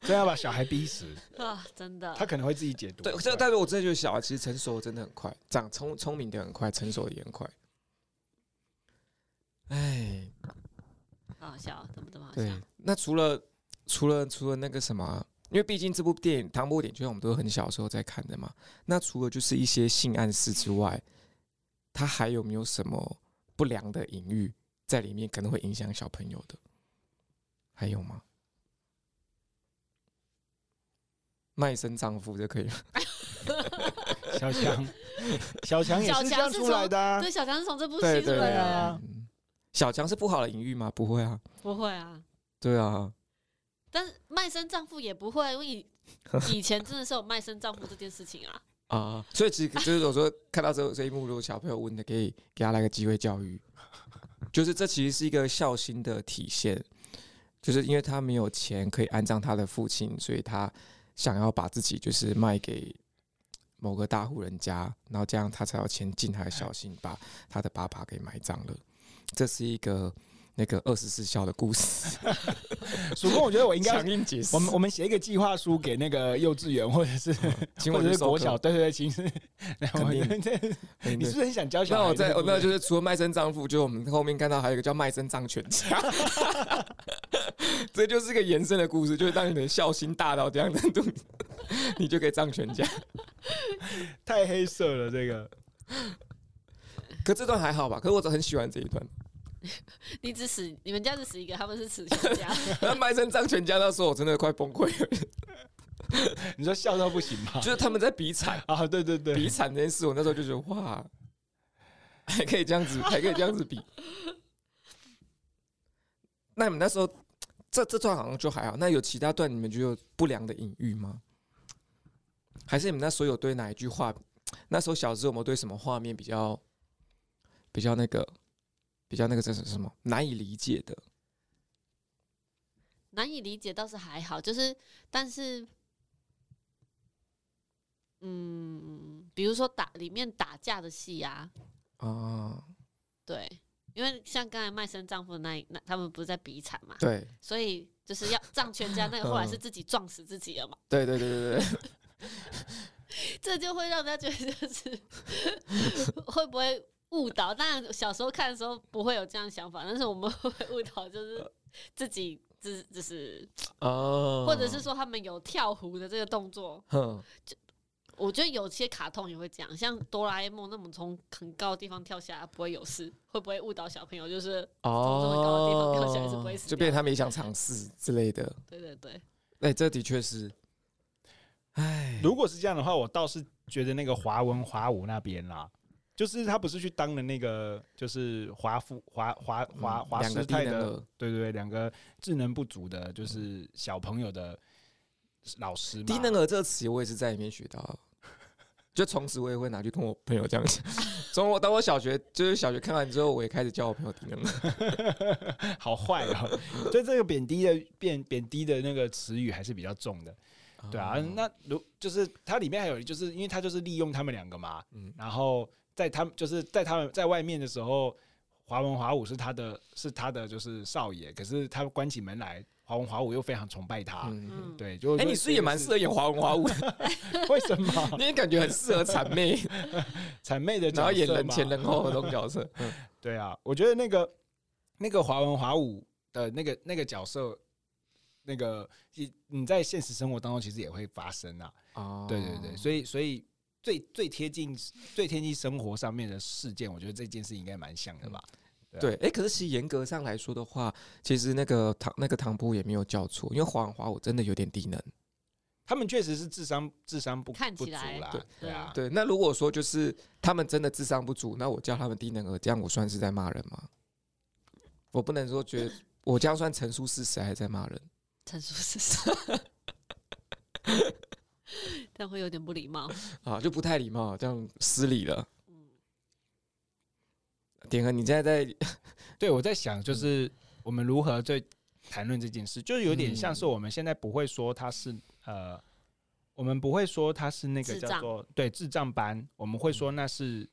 真要把小孩逼死， [LAUGHS] 啊，真的他，可能会自己解？”读。 [LAUGHS] 对，这但是我真的觉得小孩其实成熟真的很快，长聪聪明的很快，成熟的也很快。哎，好好笑，怎么怎么好笑对？，那除了除了除了那个什么啊，因为毕竟这部电影《唐伯虎点秋香》我们都是很小的时候在看的嘛。那除了就是一些性暗示之外，它还有没有什么不良的隐喻在里面，可能会影响小朋友的？还有吗？卖身丈夫就可以了。 [LAUGHS] 小强，小强也小是强这样是出来的啊。对，小强是从这部对戏出对来对的，啊，嗯小强是不好的隐喻吗？不会啊，不会啊。对啊，但是卖身丈夫也不会，因为以以前真的是有卖身丈夫这件事情啊。啊，所以其实就是我说看到这这一幕，如果小朋友问的，可以给他来个机会教育， [LAUGHS] 就是这其实是一个孝心的体现，就是因为他没有钱可以安葬他的父亲，所以他想要把自己就是卖给某个大户人家，然后这样他才有钱尽他的孝心，把他的爸爸给埋葬了。这是一个那个二十四孝的故事，曙光，我觉得 [LAUGHS] 我应该强硬解释。我们我们写一个计划书给那个幼稚园或者是请或我者去是收国割小，，对对对，其 [LAUGHS] 实我定们这对 [LAUGHS] 你对是不是很想教小那孩？我在，对不那对就是除了卖身丈夫，就我们后面看到还有一个叫卖身丈全家， [LAUGHS] 这就是一个延伸的故事，就是当你的孝心大到这样的度，你就可以丈全家。太黑色了，这个可这段还好吧？可是我只很喜欢这一段。你只死，你们家只死一个，他们是死全家。那麦生张全家那时候，我真的快崩溃了，你说笑到不行吗？就是他们在比惨，啊，对对 [LAUGHS] 比对，惨这件事，我那时候就觉得哇，还可以这样子，还可以这样子比。 [LAUGHS] 那你们那时候这这段好像就还好，那有其他段你们就有不良的隐喻吗？还是你们那时候有对哪一句话？那时候小时候有没有对什么画面比较比较那个比较那个这是什么难以理解的？难以理解倒是还好，就是但是，嗯，比如说打里面打架的戏啊，啊，对，因为像刚才卖身丈夫的那一那他们不是在比惨嘛，对所以就是要丈全家那个后来是自己撞死自己了嘛，对对对对对，这就会让人家觉得就是会不会误导？当然小时候看的时候不会有这样想法，但是我们会误导，就是自己只就是，哦 [LAUGHS] 或者是说他们有跳湖的这个动作。哼，我觉得有些卡通也会这样，像哆啦 A 梦那种从很高的地方跳下来不会有事，会不会误导小朋友？就是从这么高的地方跳下来是不会死就掉变成他们也想尝试之类的。对对对，哎、这的确是，哎，如果是这样的话，我倒是觉得那个华文华武那边啦，就是他不是去当了那个就是华夫华华华嗯华两个师低太能的，儿对对对，两个智能不足的，就是小朋友的老师嘛。低能儿这个词，我也是在里面学到的。就从此我也会拿去跟我朋友这样 [LAUGHS] 讲。从我当我小学，就是小学看完之后，我也开始教我朋友低能儿。好坏 [LAUGHS] 哦，所以这个贬低的贬贬低的那个词语还是比较重的，对啊。哦那如就是它里面还有就是因为它就是利用他们两个嘛，嗯然后在他们就是在他们在外面的时候，华文华武是他的是他的就是少爷，可是他关起门来，华文华武又非常崇拜他，嗯，嗯，对，就哎、你是不是也蛮适合演华文华武 [LAUGHS] 的，为什 [LAUGHS] 么你也感觉很适合谄 [LAUGHS] 媚，谄媚的然后角演色人嘛前人后的这种角 [LAUGHS] 色。对啊，我觉得那个那个华文华武的那个那个角色，那个你你在现实生活当中其实也会发生啊。哦对对对，所以所以最最贴近最贴近生活上面的事件，我觉得这件事应该蛮像的吧。对，哎、可是其实严格上来说的话，其实那个唐那个唐波也没有叫错，因为华文华武真的有点低能。他们确实是智商智商不看不起足来啦对，对啊，对，那如果说就是他们真的智商不足，那我叫他们低能儿，这样我算是在骂人吗？我不能说觉得我这样算陈述事实还是在骂人。陈述事实，但会有点不礼貌。啊，就不太礼貌，这样失礼了。嗯，点哥，你现在在啊对我在想就是我们如何在谈论这件事，就是有点像是嗯我们现在不会说他是呃。我们不会说他是那个智叫障做对智障班，我们会说那是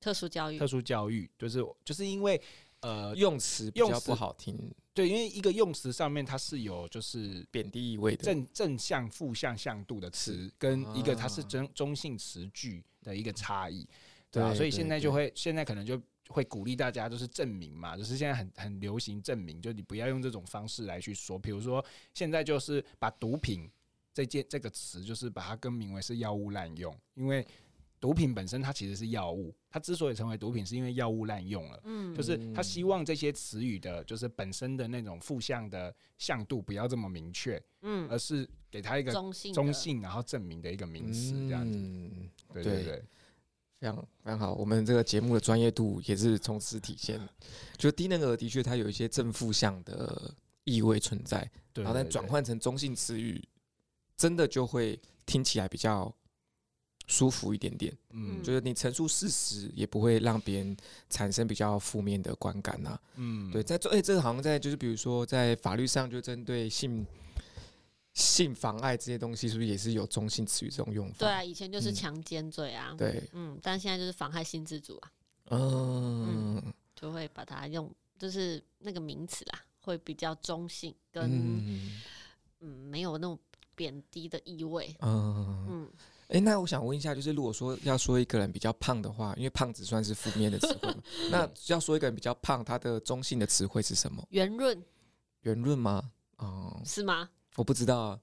特殊教育特，殊教育，就是就是因为呃，用词比用较词不好听，对，因为一个用词上面它是有就是贬低意味的。正正向、负向、向度的词，跟一个它是中中性词句的一个差异，对啊，对所以对现在就对会现在可能就会鼓励大家就是证明嘛，就是现在很很流行证明，就你不要用这种方式来去说，比如说现在就是把毒品这件这个词，就是把它更名为是药物滥用，因为毒品本身它其实是药物，它之所以成为毒品，是因为药物滥用了。嗯，就是他希望这些词语的，就是本身的那种负向的向度不要这么明确，嗯而是给他一呃个中性的中，性，然后证明的一个名词，这样子。嗯，对对对对，非常非常好。我们这个节目的专业度也是从此体现。就低能儿的确，它有一些正负向的意味存在，对然后但转，换成中性词语，真的就会听起来比较舒服一点点。对嗯就是你陈述事实，也不会让别人产生比较负面的观感呐、嗯，对，在做，哎、这个好像在就是比如说在法律上，就针对性性妨碍这些东西，是不是也是有中性词语这种用法？对啊，以前就是嗯强奸罪啊，对，嗯，但现在就是妨害性自主啊，嗯就会把它用，就是那个名词啊，会比较中性，跟嗯嗯没有那种贬低的意味，嗯，嗯，哎、那我想问一下，就是如果说要说一个人比较胖的话，因为胖子算是负面的词汇嘛，那要说一个人比较胖，他的中性的词汇是什么？圆润圆润吗？哦、是吗？我不知道啊，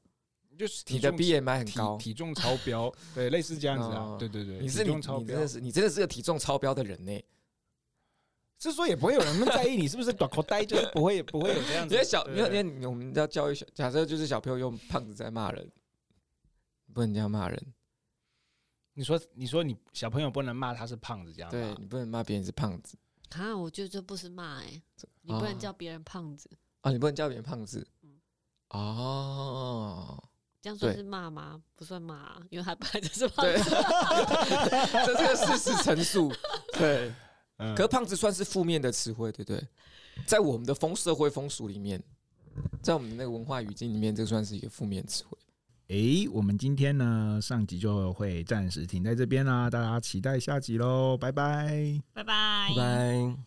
就是你体的重 BMI 很体高。体重 [LAUGHS] 超标，对，类似这样子啊哦，对对对，你体是你，重超你真标的，是你真的是个体重超标的人呢、是说也不会有人那么在意你是不是短口呆，就是不会不会有这样 [LAUGHS] 你子。觉得小，对你不对看，你看，我们要教育小，假设就是小朋友用胖子在骂人，不能这样骂人，你说你说你小朋友不能骂他是胖子这样啊对吗？你不能骂别人是胖子啊，我觉得这不是骂哎、你不能哦叫别人胖子，哦，你不能叫别人胖子嗯，哦，这样算对是骂吗？不算骂、啊，因为他本来就是胖对子。， [LAUGHS] 这这个事实陈述，对，嗯可是胖子算是负面的词汇，对不对？在我们的风社会风俗里面，在我们的那个文化语境里面，这算是一个负面词汇。诶，我们今天呢上集就会啊暂时停在这边啦，大家期待下集喽，拜拜。拜拜拜拜。